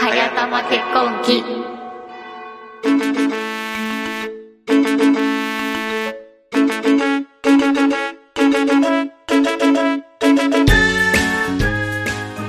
頭結婚期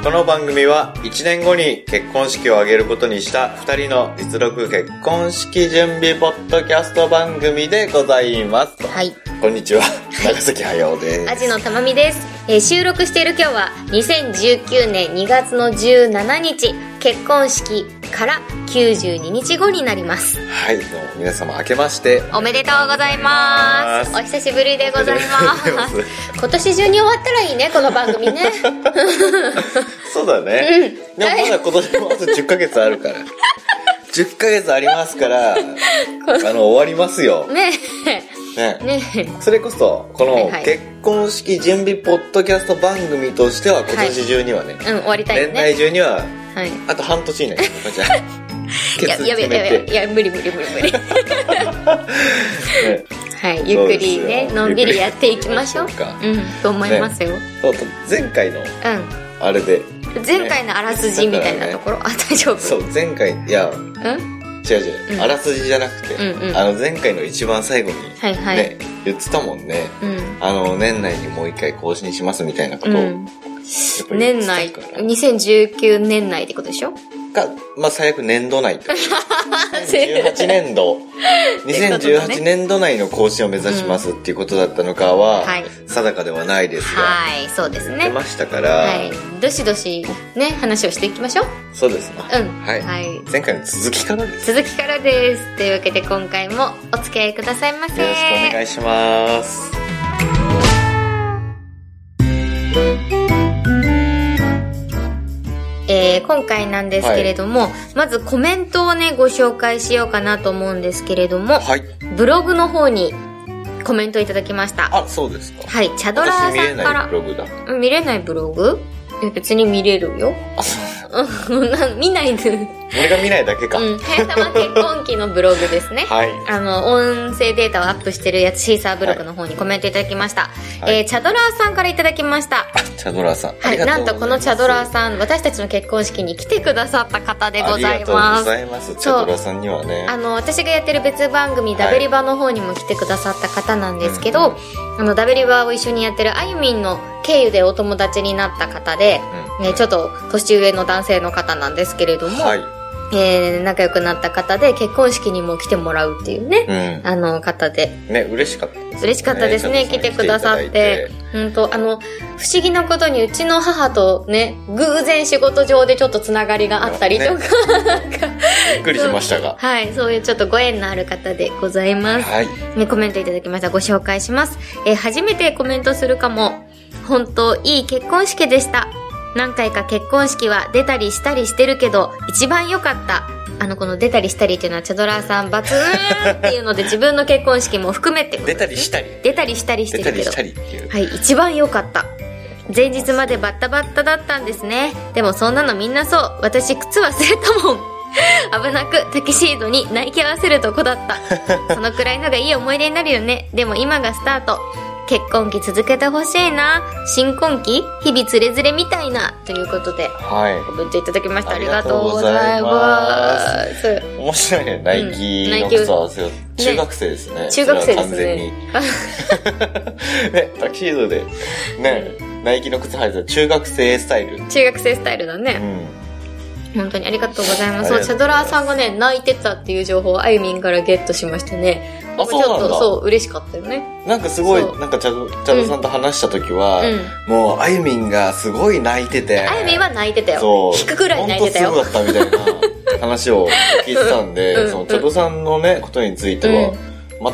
この番組は1年後に結婚式を挙げることにした2人の実力結婚式準備ポッドキャスト番組でございます。はいこんにち は、長崎駿です。アジのたまみです、えー収録している今日は2019年2月の17日結婚式から92日後になりますはい、どうも皆様明けまして。おめでとうございますおお久しぶりでございま おめでとうございす今年中に終わったらいいねこの番組 ねそうだね。でもまだ今年もあと10ヶ月あるから。10ヶ月ありま すから、あの、終わりますよ。ねねえねえそれこそ、こはいのはい結婚式準備ポッドキャスト番組としては今年中にはね、うん終わりたいよ年ね内中にははいあと半年以内にじゃあ いや決やべ決やべめやべていや無理無理無理無理ねはいゆっくりねそうですよのんびりやっていきましょうゆっくりやってうんと思いますよ、そうそう前回のうあれでん前回のあらすじみたいなところ、あ大丈夫そう前回いやうん違う違う、うんあらすじじゃなくて、うんうんあの前回の一番最後にね、はいはい、言ってたもんねうんあの年内にもう一回更新しますみたいなことを、うん、やっぱり言年ってた内から2019年内ってことでしょかまあ最悪年度 内ってこと2018は年度とだね2018年度内の更新を目指しますっていうことだったのかは、はい定かではないですが、いそうです言っねてましたから、はいどしどしね話をしていきましょうそうですね、うんはい、はい前回の続きからです続きからですというわけで今回もお付き合いくださいませよろしくお願いしますえー今回なんですけれども、まずコメントをねご紹介しようかなと思うんですけれども、はいブログの方にコメントいただきましたあそうですかはいチャドラ私ー見されんかないらブログだうん見れないブログいや別に見れるよあそううんな 見ないで俺が見ないだけか、うん「早玉結婚期」のブログですねはいあの音声データをアップしてるやつシーサーブログの方にコメントいただきました、はいえーチャドラーさんからいただきましたチャドラーさん、はい、なんとこのチャドラーんさん私たちの結婚式に来てくださった方であごりざがいとうごますざいますチャドラーさんにはねあの私がやってる別番組「はいダベリバ」の方にも来てくださった方なんですけど、あのダベリバを一緒にやってるあゆみんの経由でお友達になった方で、うんね、ちょっと年上の男性の方なんですけれども、はい、えー仲良くなった方で結婚式にも来てもらうっていうね、うんあの方でね嬉しかった嬉しかったですねね来てくださっ来てて本当あの不思議なことにうちの母とね偶然仕事上でちょっとつながりがあったりとか、ねびっくりしましたが はいそういうちょっとご縁のある方でございます、はいね、コメントいただきました。ご紹介します。えー初めてコメントするかも。本当、いい結婚式でした。何回か結婚式は出たりしたりしてるけど、一番良かった。あの、この出たりしたりっていうのは、チャドラーさん、バツーンっていうので、自分の結婚式も含めてこと出ですね、たりしたり出たりしたりして出るたけど。りしたりっていうはい、一番良かった。前日までバッタバッタだったんですね。でもそんなのみんなそう。私靴忘れたもん。 危なくタキシードに泣き合わせるとこだった。そのくらいのがいい思い出になるよね。でも今がスタート。結婚期続けてほしいな。新婚期日々つれづれみたいな。ということで、はいコメントいただきました。あありりががととううごござざいいま。ます面白いねナイキの靴合わせを、中学生ですね中学生ですそれね。は完全にねタキシードでね、ナイキの靴履いてた中学生スタイル 中学生スタイルだね。うん本当にありがとうございます。ありがとうございそう、ますチャドラーさんがね、泣いてたっていう情報をあゆみんからゲットしましてね。あ僕ちそうょなっんだと、そう、嬉しかったよね。なんかすごそういなんかチャドチャドさんと話した時は、うもうあゆみんがすごい泣いててあゆみんは泣いてたよそ。う引くくらい泣いてた本よ。当すごかったみたいな話を聞いてたんで、うんうんそのチャドさんのねことについては、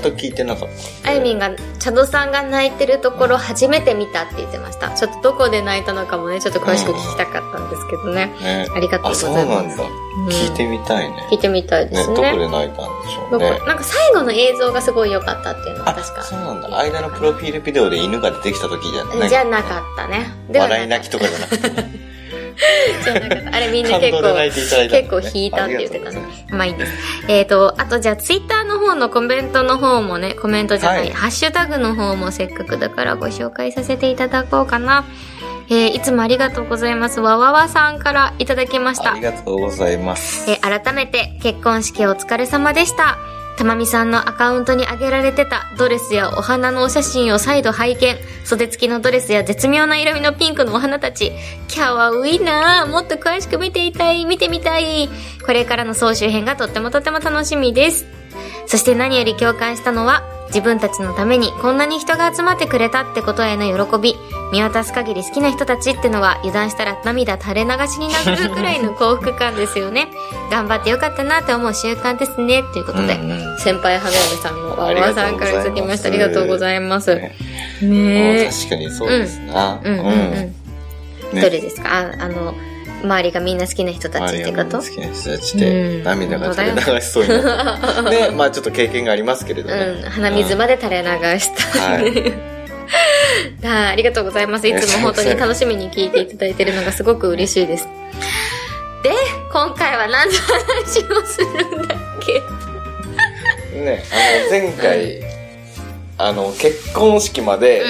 全く聞いてなかったあゆみんが、チャドさんが泣いてるところ初めて見たって言ってました。ちょっとどこで泣いたのかもね、ちょっと詳しく聞きたかったんですけどね。ねありがとうごあそうざいなまんす。だ、ん聞いてみたいね聞いてみたいでねすどこね。で泣いたんでしょどうねこなんか最後の映像がすごい良かったっていうのはあ確そうか。なんだ間のプロフィールビデオで犬が出てきた時じゃないじゃなかったね。では笑い泣きとかじゃなくてじゃなかったあれみんな感結動で構泣いていただいたん結だ構ね引いたって言ってたねありがとうございます。まあいいです。えっ、と、あとじゃあツイッターの方のコメントの方もね、コメントじゃない、はいハッシュタグの方もせっかくだからご紹介させていただこうかな。えーいつもありがとうございます。わわわさんからいただきましあたり。がとうございます。えー改めて結婚式お疲れ様でした。たまみさんのアカウントに上げられてたドレスやお花のお写真を再度拝見。袖付きのドレスや絶妙な色味のピンクのお花たち。キャワウイなぁ。もっと詳しく見ていたい。見てみたい。これからの総集編がとってもとっても楽しみです。そして何より共感したのは、自分たちのためにこんなに人が集まってくれたってことへの喜び、見渡す限り好きな人たちってのは油断したら涙垂れ流しになるくらいの幸福感ですよね。頑張ってよかったなって思う習慣ですね、ということで。うんうん先輩花嫁さんのわあわりわがとうござさいんからいますただきました。ありがとうございます。ねねえ。確かにそうですな。うんうんうん。ねどれですかああの、周りがみんな好きな人たちってこと好きな人たちうでん涙が垂れ流しそうになっ てるで、まあちょっと経験がありますけれどね。うん、鼻水まで垂れ流した、ね。はい、ありがとうございます。いつも本当に楽しみに聞いていただいてるのがすごく嬉しいです。で、今回は何の話をするんだっけね、あの、前回、あの、結婚式まで、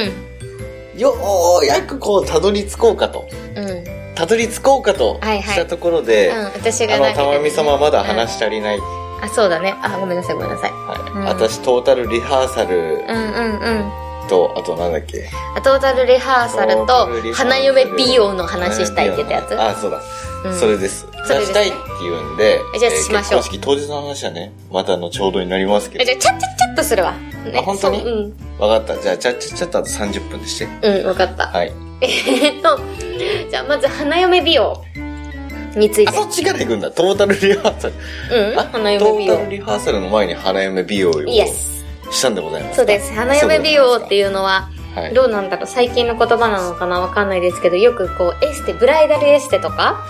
ようやくこう、たどり着こうかと。うん。うん。うん。たどり着こうかとはいはいしたところで、私があの、たまみ様まだ話しし足りない。あ、そうだね。あ、ごめんなさい、ごめんなさい。はいうん私、トータルリハーサルうんうんうん。と、あとなんだっけ。あトータルリハーサルトータルリハーサと、ル花嫁美容の話したいって言ったやつあ、そうだ。うんそれです。それですね出したいって言うんで、えじゃあしましょうえー結婚式当日の話はね、また後ほどになりますけえじゃど。あ、ちゃっちゃっちゃっとするわ。ねあ本当にそううん。わかった。じゃあ、ちゃっちゃっちゃっとあと30分でして。うん、わかった。はい。えっと、じゃあまず花嫁美容についあ、て。そっちから行くんだ。トータルリハーサル。うん、あ花嫁美トータル容。リハーサルの前に花嫁美容をイエス。したんでございます。そうです。花嫁美容ってう。いうのは、はい。どうなんだろう、最近の言葉なのかなわかんないですけど、よくこう、エステ、ブライダルエステとか、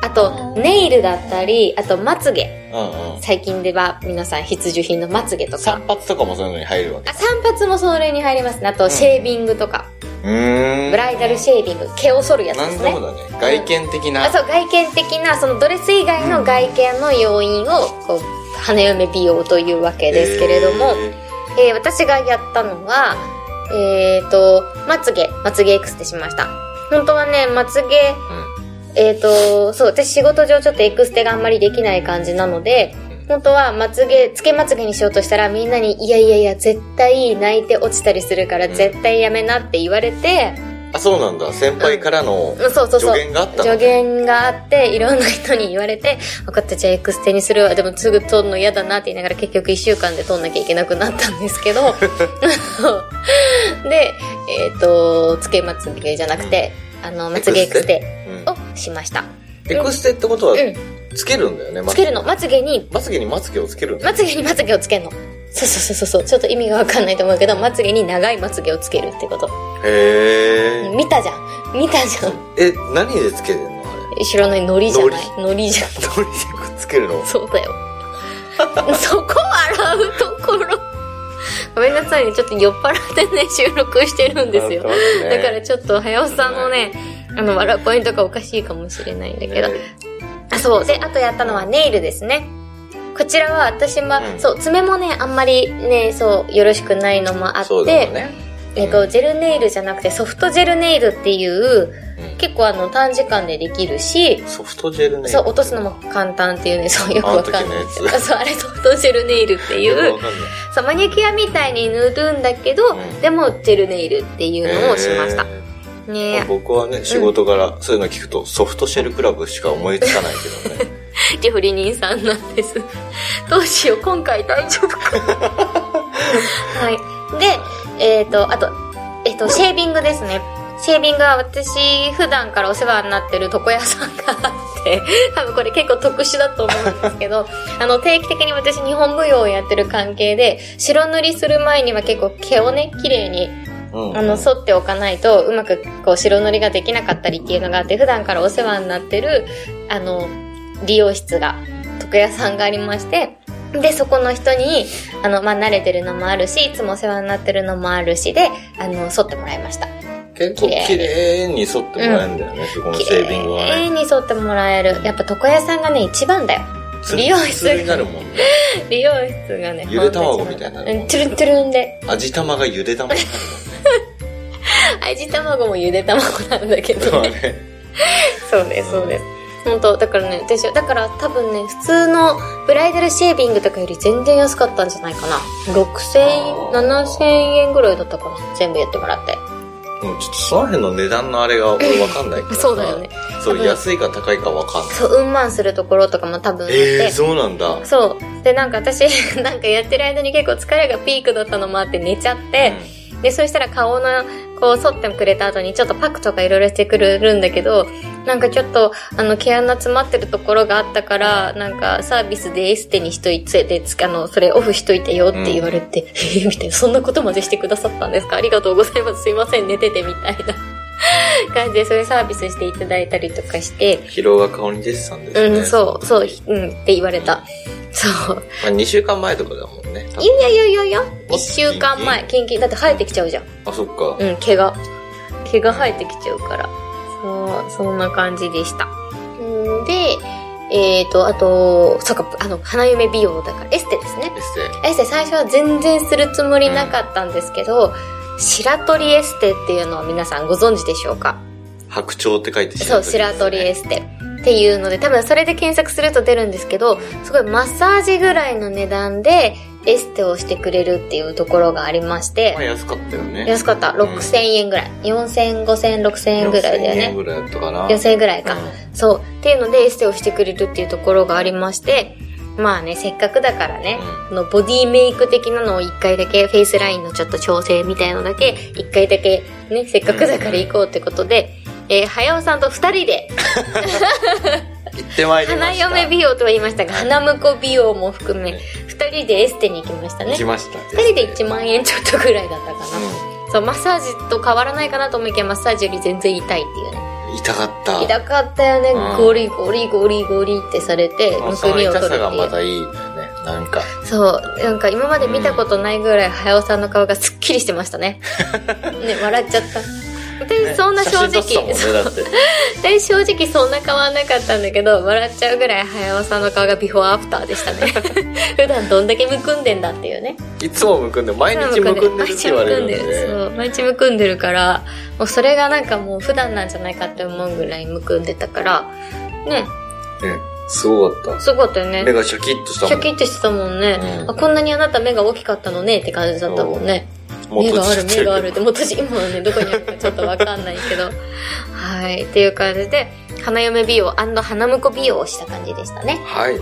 あと、ネイルだったり、あと、まつげ。うんうん。最近では、皆さん必需品のまつげとか散。髪とかもそういうのに入るわけ。あ、散髪もその類に入りますね。あと、シェービングとか、うーん。ブライダルシェービング、毛を剃るやつなですんでねも。だね。外見的な。あそう外見的なそのドレス以外の外見の要因をこう花嫁美容というわけですけれども、えー私がやったのはえっ、とまつげまつげエクステしました本当はねまつげえっ、とそう私仕事上ちょっとエクステがあんまりできない感じなので本当はまつげつけまつげにしようとしたらみんなに「いやいやいや絶対泣いて落ちたりするからうん絶対やめな」って言われて、うん。あ、そうなんだ。先輩からのうんそうそうそう助言があったの助言があっていろんな人に言われて「分かったじゃあエクステにするわでもすぐ取るの嫌だな」って言いながら結局1週間で取んなきゃいけなくなったんですけど でえっ、とつけまつげじゃなくて、あのまつげエクステうんをしましたエクステってことはうん、つけるんだよね、まつけるのまつげにまつげにまつげをつけるんだまつげにまつげをつけるのそうそうそうそうちょっと意味が分かんないと思うけどまつげに長いまつげをつけるってことへー見たじゃん見たじゃんえ何でつけてんのあれ知らないのりじゃないのりじゃんどれでくっつけるのそうだよ。 そこ洗うところ。ごめんなさいね、ちょっと酔っ払ってね、収録してるんですよ。だからちょっと、早尾さんのね、あの、笑うポイントがおかしいかもしれないんだけど。あ、そう。で、あとやったのはネイルですね。こちらは私は、うんそう、爪もね、あんまりね、そう、よろしくないのもあって、そうだよねえっと、ジェルネイルじゃなくてソフトジェルネイルっていう、うん結構あの、短時間でできるし、ソフトジェルねそう、落とすのも簡単っていうね、そう、よくわかんないあの時の や。そう、あれ、ソフトジェルネイルっていよくわう、かんないそう、マニキュアみたいに塗るんだけど、うんでも、ジェルネイルっていうのをしました。へーね僕はね仕事柄そういうの聞くとソフトシェルクラブしか思いつかないけどねえ、 ジェフリニーさんなんです。 どうしよう、今回大丈夫か。はい。で、えっ、と、あと、えっ、と、シェービングですね。シェービングは私、普段からお世話になってる床屋さんがあって、 多分これ結構特殊だと思うんですけど、 あの、定期的に私日本舞踊をやってる関係で、白塗りする前には結構毛をね、綺麗に、うんあの、剃っておかないと、うまくこう、白塗りができなかったりっていうのがあって、普段からお世話になってる、あの、理容室が、床屋さんがありまして、で、そこの人に、あの、まあ、慣れてるのもあるし、いつもお世話になってるのもあるしで、あの、剃ってもらいました。結構綺麗に剃ってもらえるんだよねそこの綺シェービングは麗ねに剃ってもらえる。やっぱ床屋さんがね、一番だよ。ツル美容室ツルになるもんね美容室がね、ゆで卵みたいになるもんねうん、トゥルントゥルンで。味玉がゆで卵になるあ味卵もゆで卵なんだけそどうねね。そうですそうです本当だからねでしょだから多分ね普通のブライダルシェービングとかより全然安かったんじゃないかな6000円7000円ぐらいだったかな全部やってもらってうん、ちょっとその辺の値段のあれが俺わかんないからさそうだよね。そ多う、分安いか高いかわかんない。そううんまんするところとかも多分あって、ええー、そうなんだ。そうでなんか私 なんかやってる間に結構疲れがピークだったのもあって寝ちゃって、で、そしたら顔の、こう、剃ってくれた後に、ちょっとパックとかいろいろしてくるんだけど、なんかちょっと、あの、毛穴詰まってるところがあったから、なんか、サービスでエステにしといて、で、つあの、それオフしといてよって言われて、 えーみたいな、そんなことまでしてくださったんですかありがとうございます。すいません、寝ててみたいな 感じで、それサービスしていただいたりとかして、疲労が顔に出てたんですね。うん、そう、そう、うん、って言われた。そう。まあ、2週間前とかだもんね。いやいやいやいや、一週間キ前、キンキン、だって生えてきちゃうじゃん。あ、そっか。うん、毛が。毛が生えてきちゃうから。そう、そんな感じでした。んで、えーと、あと、そうか、あの、花嫁美容だから、エステですね。エステ。エステ最初は全然するつもりなかったんですけど、白鳥エステっていうのを皆さんご存知でしょうか白鳥って書いてそう、白鳥エステ。っていうので、多分それで検索すると出るんですけど、すごいマッサージぐらいの値段でエステをしてくれるっていうところがありまして、まあ安かったよね。安かった。6000円ぐらい。4000、5000、6000円ぐらいだよ4000円ね。ぐらいだったかな。 4000円ぐらいか。うそう。っていうので、エステをしてくれるっていうところがありまして、まあね、せっかくだからね、あのボディメイク的なのを一回だけ、フェイスラインのちょっと調整みたいのだけ、一回だけ、ね、せっかくだから行こうってことで、えー、早尾さんと二人で、ん行ってまいりま花した。嫁美容とは言いましたが、花婿美容も含め、二人でエステに行きましたね行き。ました。二人で1万円ちょっとぐらいだったかな。うそう、マッサージと変わらないかなと思いきや、マッサージより全然痛いっていうね。ん。痛かった。痛かったよねうん。ゴリゴリゴリゴリってされて、まあむそくのみを痛取るってさがいまう。たいいんだよね。なんか。そう、なんか今まで見たことないぐらい、早尾さんの顔がすっきりしてました ね。ね、笑っちゃった。で、ねそんな正写直、真撮ってたもんね、だって。 で正直そんな変わんなかったんだけど、笑っちゃうぐらい早尾さんの顔がビフォーアフターでしたね。 普段どんだけむくんでんだっていうね。いつもむくんで、毎日むくんでるって言われるん毎日むくんでるそで。う毎日むくんでるからもうそれがなんかもう普段なんじゃないかって思うぐらいむくんでたからねねすごかった。すごかったよ目ねがシャキッとしシたャもキッとしてたもんね、うんあこんなにあなた目が大きかったのねって感じだったもんねん。もう目があ閉るじちゃ目ってがあるってもう閉じ今はねどこにあるかちょっとわかんないけ どはいっていう感じで花嫁美容花婿美容をした感じでしたねはい。っ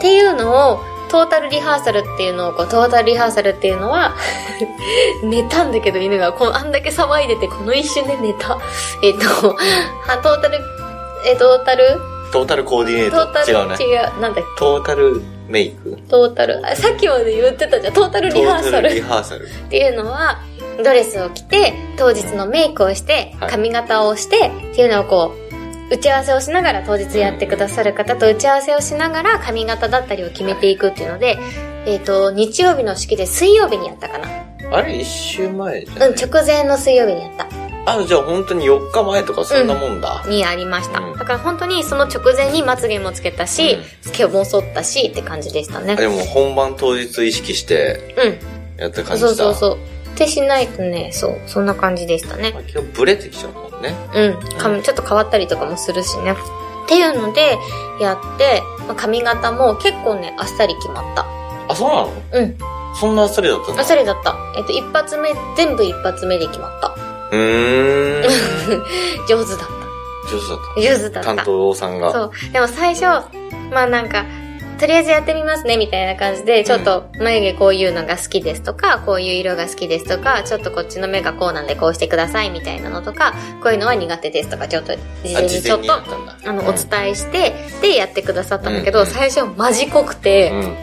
ていうのをトータルリハーサルっていうのをこうトータルリハーサルっていうのは 寝たんだけど犬がこうあんだけ騒いでてこの一瞬で寝たえっ、と はトータルえトータルトータルコーディネートート。タル違うね。なんだっけトータルメイク。トータルあさっきまで言ってたじゃんトータルリハーサトータルリルハーサル。っていうのはドレスを着て当日のメイクをしてはい髪型をしてっていうのをこう打ち合わせをしながら当日やってくださる方と打ち合わせをしながら髪型だったりを決めていくっていうので、えっ、と、日曜日の式で水曜日にやったかな。あれ、一週前じゃなういん、直前の水曜日にやった。あ、じゃあ本当に4日前とかそんなもんだ。にありました。うんだから本当にその直前にまつげもつけたし、毛も剃ったしって感じでしたねあ。でも本番当日意識してうやったん。感じだ。そうそうそう。ってしないとね、そう、そんな感じでしたね。まあ今日ブレてきちゃうもんね。うん、髪ちょっと変わったりとかもするしね。っていうので、やって、まあ髪型も結構ね、あっさり決まった。あ、そうなのうん、そんなあっさりだったんあだっさりだった。えっと、一発目、全部一発目で決まった。うーん。 上上手だっ。手だった上手だた。った担。当さんが。そう。でも最初、まあなんか、とりあえずやってみますね、みたいな感じで、ちょっと眉毛こういうのが好きですとか、こういう色が好きですとか、ちょっとこっちの目がこうなんでこうしてください、みたいなのとか、こういうのは苦手ですとか、ちょっと、事あ、前に事ちょ前っにとやったんだ。あの、うんお伝えして、で、やってくださったんだけど、うん最初、マジ濃くて、うえん。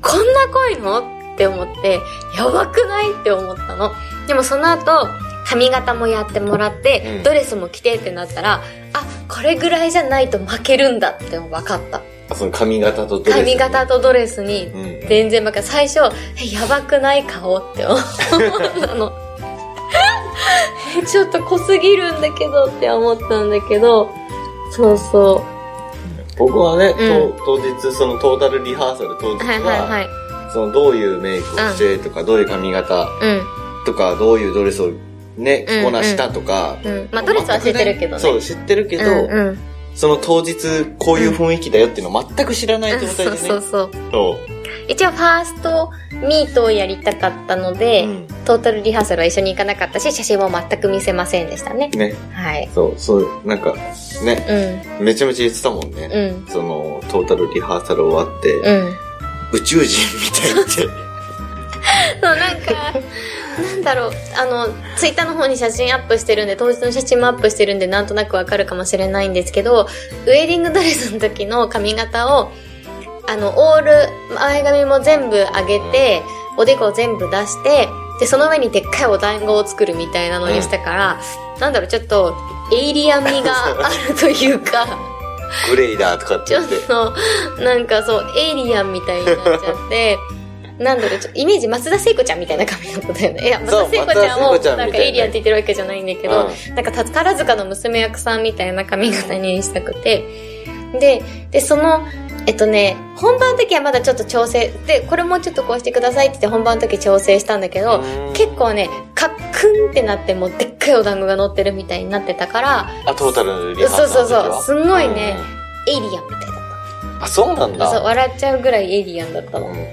こんな濃いのって思って、やばくないって思ったの。でも、その後、髪型もやってもらって、うんドレスも着てってなったら、あ、これぐらいじゃないと負けるんだって分かった。あその髪型とドレス。髪型とドレスにう、ん。全然負け、最初、え、やばくない顔って思ったの。 え、ちょっと濃すぎるんだけどって思ったんだけど、そうそう。僕はね、うんと当日、そのトータルリハーサル当日は、はいはいはい。そのどういうメイクをしてとか、どういう髪型うん。とか、どういうドレスをね、着こなしたとか。うんまあドレスは知ってるけどねそう、知ってるけど、うんうんその当日こういう雰囲気だよっていうのを全く知らない状態でそうね。そうそうそう。一応ファーストミートをやりたかったので、うんトータルリハーサルは一緒に行かなかったし写真も全く見せませんでしたねね。はいそう、そう、なんか、ね、うめちゃめちゃ言ってたもんね。んうんその、トータルリハーサル終わって、うん宇宙人みた いって。そうなんかなんだろうあのツイッターの方に写真アップしてるんで当日の写真もアップしてるんでなんとなくわかるかもしれないんですけどウェディングドレスの時の髪型をあのオール前髪も全部上げて、おでこを全部出してでその上にでっかいお団子を作るみたいなのにしたから、なんだろうちょっとエイリアン味があるというか。グレイだとかってちょ言っって。と、なんかそう、エイリアンみたいになっちゃ って、なんだろう、ちょイメージ松田聖子ちゃんみたいな髪のことだよね。いや、松そう田聖子ちゃんを、松田聖子ちゃんみたないんなかエイリアンって言ってるわけじゃないんだけど、なんか宝塚の娘役さんみたいな髪型にしたくて。で、で、その、えっとね、本番の時はまだちょっと調整、で、これもちょっとこうしてくださいって言って本番の時調整したんだけど、うん結構ね、カックンってなってもうでっかいお団子が乗ってるみたいになってたから、あ、トータルのリハーサルの時そうそうそうはすごいねエイリアンみたいだった。うんあ、そうなんだ。そう笑っちゃうぐらいエイリアンだったのうん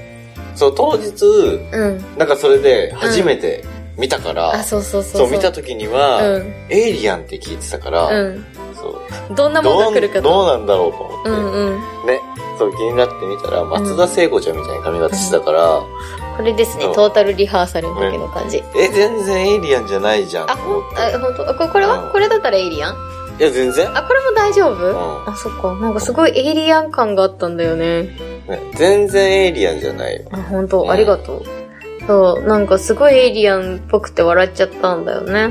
そう、当日、うんなんかそれで初めて見たから、あそうそうそうそう見た時には、うんエイリアンって聞いてたから、うそう、んどんなもどのが来るうかどうとなんだろうと思って、うんうんね、そう気になってみたら、松田聖子ちゃんみたいな髪型してたから、これですねそうトータルリハーサルの時の感じ、え、全然エイリアンじゃないじゃんあとほ思んって。あ本当あここれうはんこれだったらエイリアンいや、全然、あこれも大丈夫、んあそっかなんかすごいエイリアン感があったんだよねね全然エイリアンじゃないよ。あ本当、うんありがとうそうなんかすごいエイリアンっぽくて笑っちゃったんだよね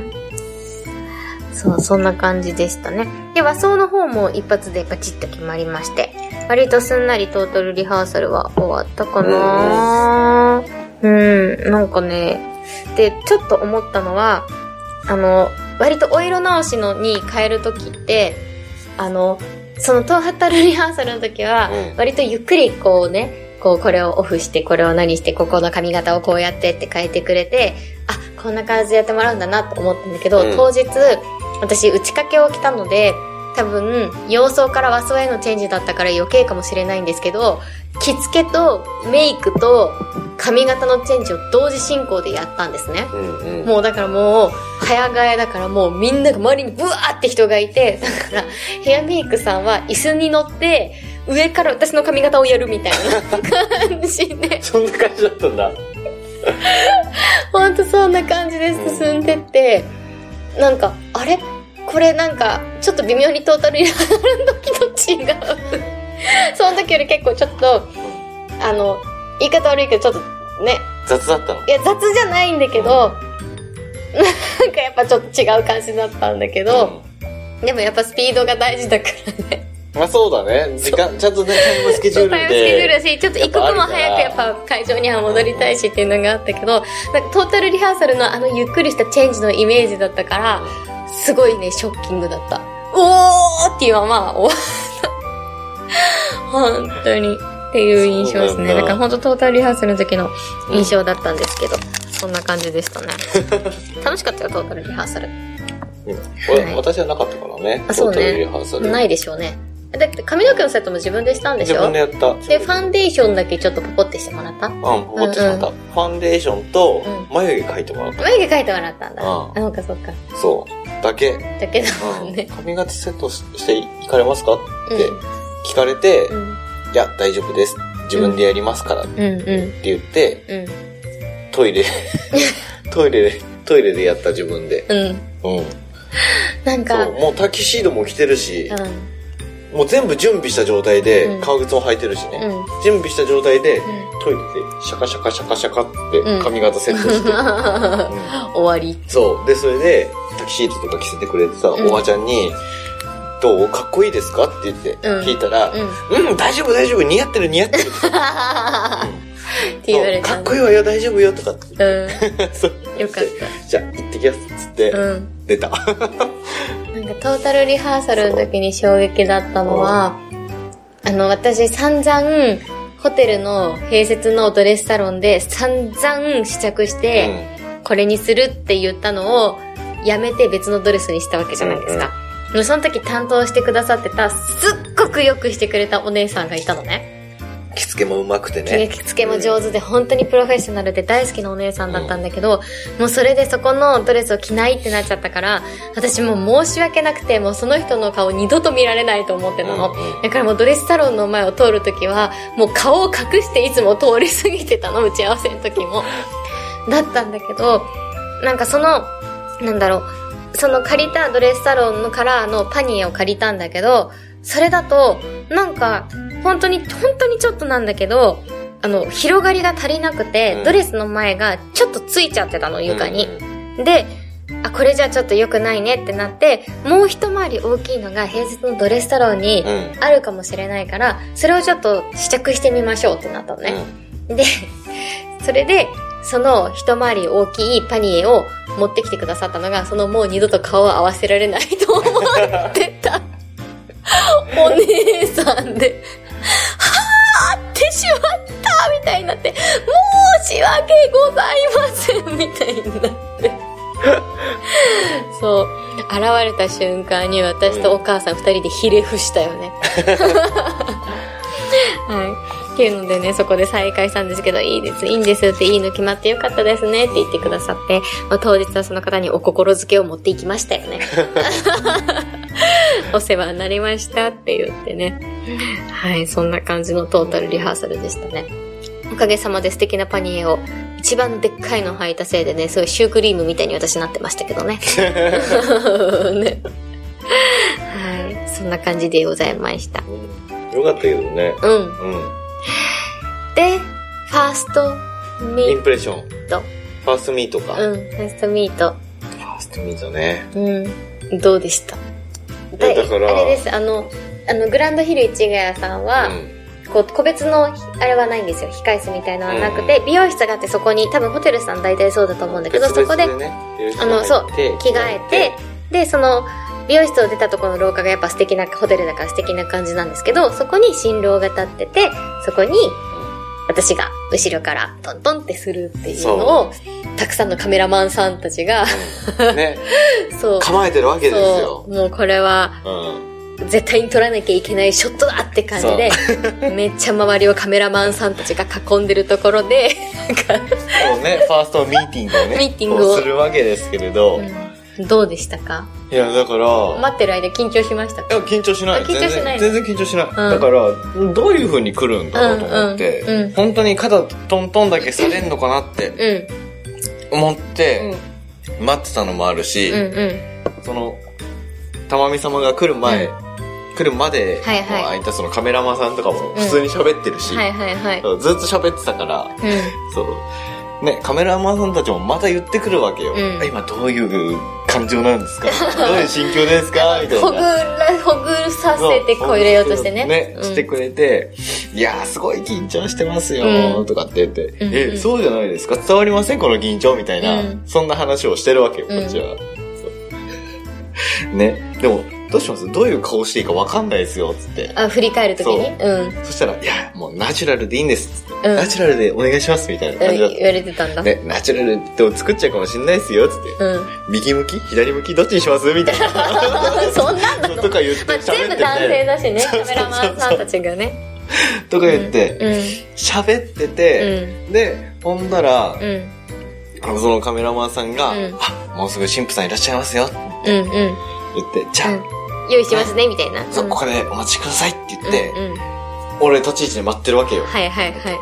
そうそんな感じでしたねで和装の方も一発でパチッと決まりまして割とすんなりトータルリハーサルは終わったかなうん、なんかねでちょっと思ったのはあの割とお色直しのに変える時ってあのそのトータルリハーサルの時はうん割とゆっくりこうねこうこれをオフしてこれを何してここの髪型をこうやってって変えてくれてあこんな感じでやってもらうんだなと思ったんだけど、うん当日私打ち掛けを着たので多分洋装から和装へのチェンジだったから余計かもしれないんですけど着付けとメイクと髪型のチェンジを同時進行でやったんですねうんうん。もうだからもう、早替えだからもうみんなが周りにブワーって人がいて、だからヘアメイクさんは椅子に乗って、上から私の髪型をやるみたいな感じで、そんな感じだったんだ。ほんとそんな感じで進んでって、なんか、あれこれなんか、ちょっと微妙にトータルやる時と違う。その時より結構ちょっと、あの、言い方悪いけどちょっとね、雑だったのい。や、雑じゃないんだけど、なんかやっぱちょっと違う感じだったんだけど、でもやっぱスピードが大事だからね。うんまあそうだね。時間、ちゃんとね、タイムスケジそュうールタイで。ムスケジュールだし、ちょっと一刻もやっぱあるから早くやっぱ会場には戻りたいしっていうのがあったけど、なんかトータルリハーサルのあのゆっくりしたチェンジのイメージだったから、すごいね、ショッキングだった。おーっていうまま終わった。 本当に。っていう印象ですそね。うなんだだから本当トータルリハーサルの時の印象だったんですけど、そんな感じでしたね。 楽しかったよ、トータルリハーサル。うん俺はい私はなかったからね。あそうねトータルリハーサル。ないでしょうね。だって髪の毛のセットも自分でしたんでし自ょ分でやった。で、ファンデーションだけちょっとポコってしてもらったうん、持ってしまった。ファンデーションとう眉毛描いてもらった。眉毛描いてもらったんだ。ああ、あそうかそうか。そう。だけ。だけどうもんね。髪型セットししていかれますかってう聞かれて、ん。うん。いや、大丈夫です。自分でやりますからってうん。う言って、ん。ト イレ、トイレで、トイレでやった自分で。うん。うん。なんか、そうう、ん。もうタキシードも着てるし、もう全部準備した状態でうん革靴も履いてるしね。うん。うん。準備した状態で、トイレでシャカシャカシャカシャカって髪型セット して、うん終わり。そうでそれでタキシードとか着せてくれてさ、うんおばちゃんに「どうかっこいいですか?」って言ってうん聞いたら「うん。うん、大丈夫大丈夫似合ってる似合ってる」って言われたかっんだ。こいいわよ大丈夫よ」とかってう。そうんよかっじゃあ行ってきます」っつってた。うん。出た、なんかトータルリハーサルの時に衝撃だったのは、あの、私散々、ホテルの併設のドレスサロンで散々試着して、これにするって言ったのを、やめて別のドレスにしたわけじゃないですか。でもその時担当してくださってた、すっごくよくしてくれたお姉さんがいたのね。着付けもうまくてね。着付けも上手で、本当にプロフェッショナルで大好きなお姉さんだったんだけど、もうそれでそこのドレスを着ないってなっちゃったから、私もう申し訳なくて、もうその人の顔二度と見られないと思ってたの。うんうんだからもうドレスサロンの前を通るときは、もう顔を隠していつも通り過ぎてたの、打ち合わせの時も。だったんだけど、なんかその、なんだろう、その借りたドレスサロンのカラーのパニエを借りたんだけど、それだと、なんか、本当に、本当にちょっとなんだけど、あの、広がりが足りなくて、うんドレスの前がちょっとついちゃってたの、床に。うんうんで、あ、これじゃちょっと良くないねってなって、もう一回り大きいのが平日のドレスサロンにうんあるかもしれないから、それをちょっと試着してみましょうってなったのね。で、 それで、その一回り大きいパニエを持ってきてくださったのが、そのもう二度と顔を合わせられないと思ってたお姉さんで、はぁってしまったみたいになって、申し訳ございませんみたいになって。そう。現れた瞬間に私とお母さん二人でひれ伏したよね。はい。っていうのでね、そこで再会したんですけど、いいです、いいんですって、いいの決まってよかったですねって言ってくださって、まあ、当日はその方にお心づけを持っていきましたよね。お世話になりましたって言ってね。はい、そんな感じのトータルリハーサルでしたね。おかげさまで素敵なパニエを、一番でっかいの履いたせいでね、すごいシュークリームみたいに私なってましたけどね。 ねはい、そんな感じでございました。うんよかったけどね。うん。うで、ファーストん。イミンープレッション。ト。ファーストミートか。うフん、ファーストミート。ァーストミートね。うん。どうでしたいやだからあれです、あの、あの、グランドヒル市ヶ谷さんは、うんこう、個別の、あれはないんですよ。控室みたいのはなくて、美容室があってそこに、多分ホテルさん大体そうだと思うんだけど、そこで、別々ねいろいろあの、そう、入って着替えて、で、その、美容室を出たところの廊下がやっぱ素敵な、ホテルだから素敵な感じなんですけど、そこに新郎が立ってて、そこに私が後ろからトントンってするっていうのを、たくさんのカメラマンさんたち が、うんね、 そう、構えてるわけですそよう、。もうこれはうん。絶対に撮らなきゃいけないショットだって感じで、めっちゃ周りをカメラマンさんたちが囲んでるところで、なんか、そうね、ファーストミーティングをね、ミーティングをこうするわけですけれど。いうんどうでしたかや、だから、待ってる間緊張しましたかいや緊張しないあ緊張しない全然全然緊張しない、んだからどういう風に来るんだろうと思って、うんうんうん本当に肩トントンだけされんのかなってうん。思ってう、待ってたのもあるし、んうん。その玉美様が来る前、う来るまではいはいの間そのカメラマンさんとかも普通に喋ってるし、はいはいはい。ずっと喋ってたからうそうねカメラマンさんたちもまた言ってくるわけよ、うん今どういう感情なんですかどういう心境ですかみたん。 いほぐなら、ほぐさせてこう入れようとしてね。ね、うんしてくれて、いやーすごい緊張してますようんーとかって言って、んうえ、んそうじゃないですか伝わりませんこの緊張みたいな、うんそんな話をしてるわけよ、こっちは。そう ね、でも、どうしますどういう顔していいかわかんないですよ、つって。あ、振り返るときにうん。うんそしたら、いや、もうナチュラルでいいんです、つっうて。んナチュラルでお願いします、みたいな感言じだわった。れてたんだ。ね、ナチュラルでも作っちゃうかもしれないですよ、つって。うん。 右向き左向きどっちにしますみたいな。そんなんなの とか言ってまあ、喋って全部て男性だしね、カメラマンさんたちがね。とか言って、うん。喋ってて、で、ほんなら、うん。そのカメラマンさんが、うんあ、もうすぐ神父さんいらっしゃいますよってうん。うん。言って、じゃあ、用意しますね、みたいな。そううんここでお待ちくださいって言って、うんうん。は俺立ち位置で待ってるわけよ。いはいはい。待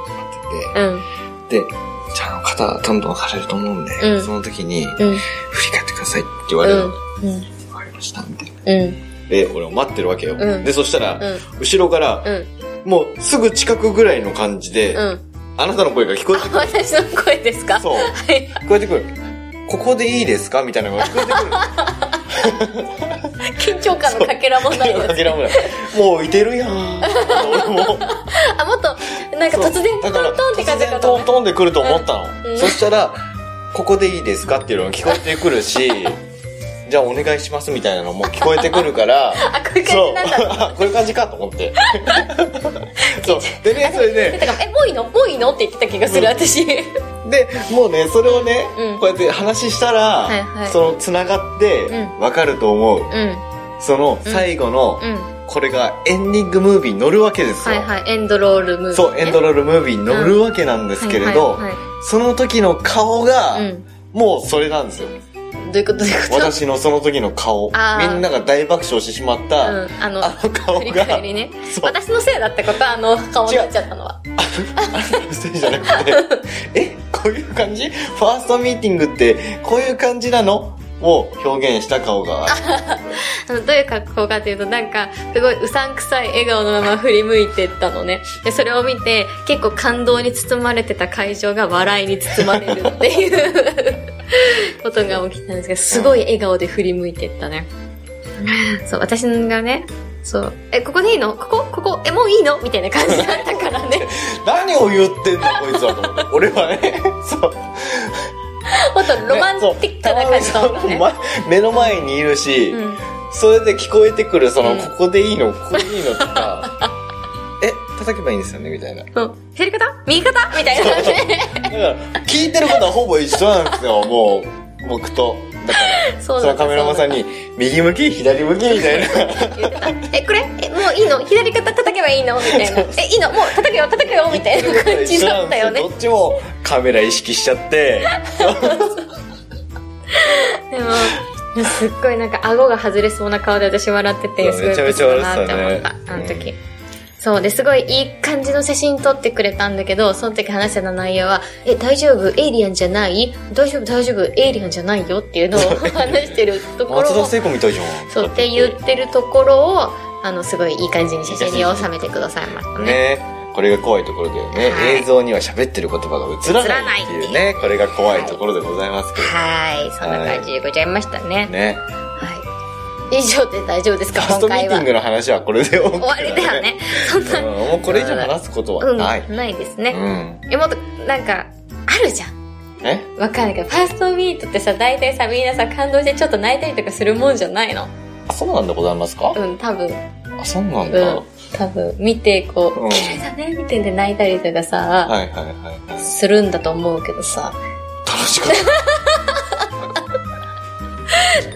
うん。ってて、で、じゃああの肩どんどん腫れると思うんで、うんその時に、うん。振り返ってくださいって言われるの。わ、うん。かりました、みたいな。うん。で、俺を待ってるわけよ。うんで、そしたら、うん。後ろから、うん。もうすぐ近くぐらいの感じで、うん。あなたの声が聞こえてくる。私の声です かそう。はい。聞こえてくる。ここでいいですかみたいなのが聞こえてくる。緊張感のかけらもないです。諦めない。もういてるやん。俺も。あ、もっと、なんかそう突然トだンからトンって感じ突かと然ト思ンった。トンで来ると思ったうの。んうんそしたら、ここでいいですかっていうのが聞こえてくるし、じゃあお願いしますみたいなのも聞こえてくるから、あ、こういう感そじうなんだ。、こういう感じかと思って。そう。でね、それえで、だからえもういいのもういいのって言ってた気がする、私で、でもうねそれをね、うんこうやって話したら、はいはいそのつながってうんわかると思う、うんその最後の、うんこれがエンディングムービーに乗るわけですはよ、いはいエンドロールムービー、ね、そうエンドロロールムービーに乗るわけなんですけれど、はいはいその時の顔が、はいもうそれなんですようん、どういうことどういうこと私のその時の顔みあーんなが大爆笑してしまっうた、んあのあの顔振りが返りねそう私のせいだってことあの顔になっちゃったのはせいじゃなくて えこういう感じファーストミーティングってこういう感じなのを表現した顔があのどういう格好かというとなんかすごいうさんくさい笑顔のまま振り向いてったのねでそれを見て結構感動に包まれてた会場が笑いに包まれるっていう ことが起きたんですけどすごい笑顔で振り向いてったねそう私がねそうえここでいいのここここえもういいのみたいな感じだったから ね何を言ってんだこいつはと思って俺はね そうもっとロマンティックな感じだったねま目の前にいるし、うんそれで聞こえてくるその、うんここでいいのここでいいのと かえ叩けばいいんですよねみたいなそう左肩右肩みたいな感じでだから聞いてることはほぼ一緒なんですよもう僕とだからそそのカメラマンさんにに右向き左向きみたいなえ、これえ、もういいの左肩叩けばいいのみたい な。え、いいのもう叩けよ、叩けよみたいな感じだったよねど。っちもカメラ意識しちゃって、でも、すっごいなんか顎が外れそうな顔で私笑ってて、そうすごいめちゃめちゃ笑ってたねブスだなって思った、あの時。そうで、すごいいい感じの写真撮ってくれたんだけど、その時話してた内容は、え、大丈夫エイリアンじゃない大丈夫大丈夫エイリアンじゃないよっていうのを話してるところ松田を、聖子みたいじゃん。そうって言ってるところを、あの、すごいいい感じに写真に収めてくださいましたね。ね。これが怖いところだよね。はい映像には喋ってる言葉が映らないっていう映らなね。これが怖いところでございますけど。はい、そんな感じでございましたね。ね。はい。以上で大丈夫ですフかァース今トミー回テは。ィングの話はこれで OK 終わりだよ。ね。そんうな、ん、もうこれ以上話すことはうん、な。ないいですうね。ん。え、もっと、なんか、あるじゃん。えわかんないけど、ファーストミートってさ、大体さ、みんなさ、感動してちょっと泣いたりとかするもんじゃないの。あ、そうなんでございますかうん、多分、あ、そうなうんだ。ん、多分、見て、こうんう、綺麗だね、みたいで泣いたりとかさ、はいはいはいはい。するんだと思うけどさ、楽しかった。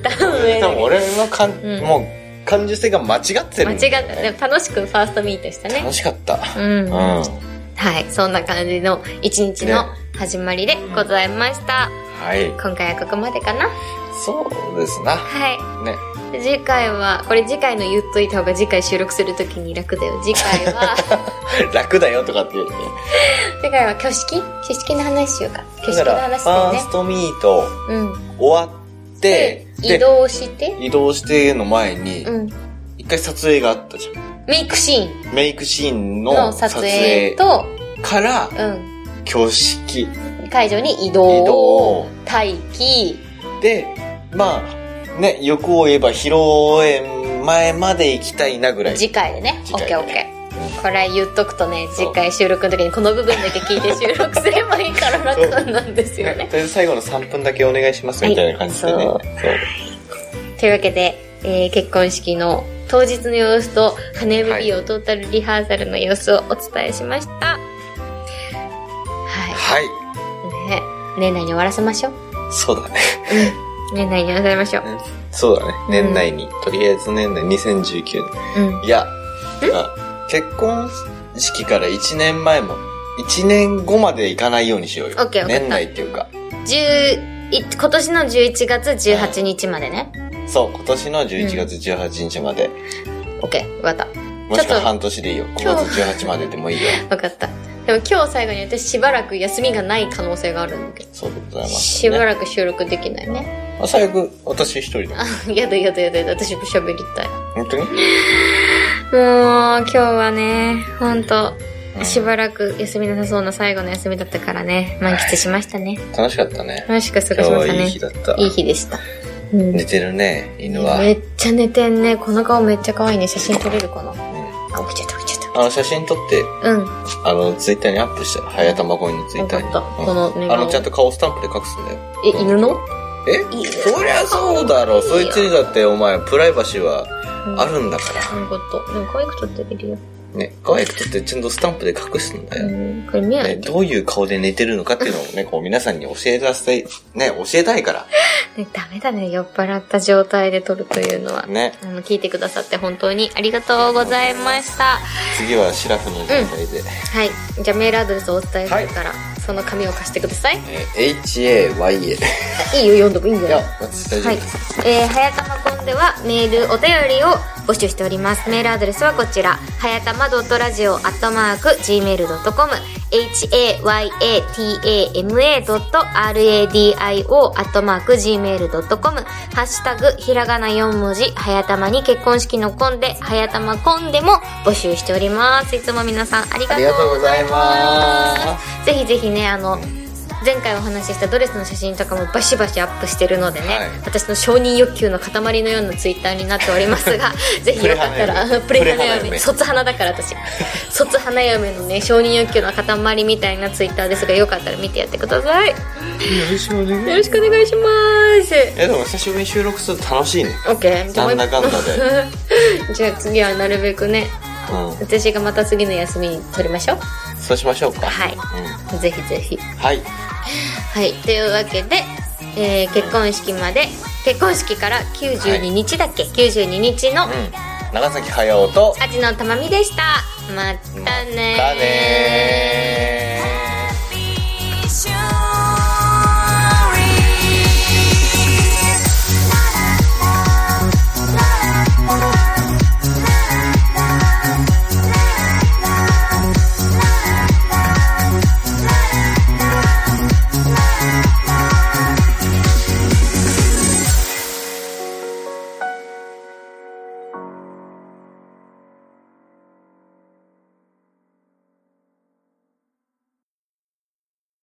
ダメ多分だ俺のかん、うんもう感受性が間違って間るんだ違よっね、た。でも楽しくファーストミートしたね楽。しかった。うん。うん。はい、そんな感じの一日の始まりでございました。はい。今回はここまでかなそうですな。はい。でね。 次回は、これ次回の言っといた方が次回収録するときに楽だよ。次回 は、楽だよとかっていうね。次回は挙式挙式の話しようか。挙式だかのら、話ファーでストミートね。終わっうん。て、移動して、移動しての前に、うん。一回撮影があったじゃメイクシーンん。メイクシーンのの撮撮影影と、から、うん。挙式、移会場に移動、動。待機、で、まあ、ね、欲を言えば披露宴前まで行きたいなぐらい。次回でね。次オッ回でケーオッケー。これ言っとくとね、次回収録の時にこの部分だけ聞いて収録すればいいから楽なんですよねねと。りあえず最後の3分だけお願いしますみたいな感じでね。はいというわけで、えー結婚式の当日の様子と花嫁美容トータルリハーサルの様子をお伝えしました。ははい。い。ね、年内に終わらせましょう。そうだね。年内に終わらせましょう。そうだね。年内に、とりあえず年内2019年。うん。いや、てか結婚式から1年前も、1年後まで行かないようにしようよ。オッケーわかった年内っていうか。 10い今年の11月18日までね。そう、今年の11月18日まで。オッケー、わかった。もしくちょはっと半年でいいよ。5月18まででもいいよ。わかった。でも今日最後に私しばらく休みがない可能性があるんだけど。そうでございます、しね。ばらく収録できないね。 まあ、最悪、私一人だ。あ、やだやだやだやだ、私も喋りたい。本当にもう、今日はね、ほんと、うんしばらく休みなさそうな最後の休みだったからね、満喫しましたね。楽しかったね。楽しく過今ごしました日はいね。い日だった。いい日でした。うん。寝てるね、犬は。めっちゃ寝てんね。この顔めっちゃ可愛いね。写真撮れるかなうんあ、起きちゃった起きちゃっあの、写真撮って、た。うん。あの、ツイッターにアップしたら、早玉子にツイッターに。わかったこのう寝ん、顔あの、ちゃんと顔スタンプで隠すんだよ。え、犬のえいいよそりゃそうだろそいつにだってお前プライバシーはあるんだかそういうこと。でも可愛く撮ってあげるよ。らね、可愛く撮ってちゃんとスタンプで隠すんだよ。うんこれ見なね、いと。どういう顔で寝てるのかっていうのをね、こう皆さんに教え出したい、ね、教えたいかね、ダメだね。酔っ払った状態で撮るというのはら。。ね。あの、聞いてくださって本当にありがとうございました。次はシラフの状態で。はい。じゃあメールアドレスをお伝えするから、その紙を貸してください。えー HAYA。いいよ、読んでもいいん いだやよ。、私大丈はい夫です。。えー、はやたまコンではメール、お便りを募集しております。メールアドレスはこちら。はやたま .radio.gmail.com hayatama.radio.gmail.com ハッシュタグ、ひらがな4文字、はやたまに結婚式のコンで、はやたまコンでも募集しております。いつも皆さんありがとありうがございとうますご。ざいまぜひぜひねあの前回お話ししたドレスの写真とかもバシバシアップしてるのでね、はい私の承認欲求の塊のようなツイッターになっております がぜひよかったら ププレレ花嫁花プレ花嫁嫁卒花だから 私卒花嫁のね承認欲求の塊みたいなツイッターですがよかったら見てやってくださいよす。よろしくお願いろしくお願いしますえ、でも久しぶりに収録すると楽しいね。 OK じゃあもう一なんだかんだで じゃあ次はなるべくねう私がまた次の休みに撮りましょん。そうしましょうか。はいうんうぜひぜひはい。はい、というわけで、えー結婚式まで結婚式から92日だっけ、92日の、うん。長崎駿と、味のたまみでしたまたねーまたねー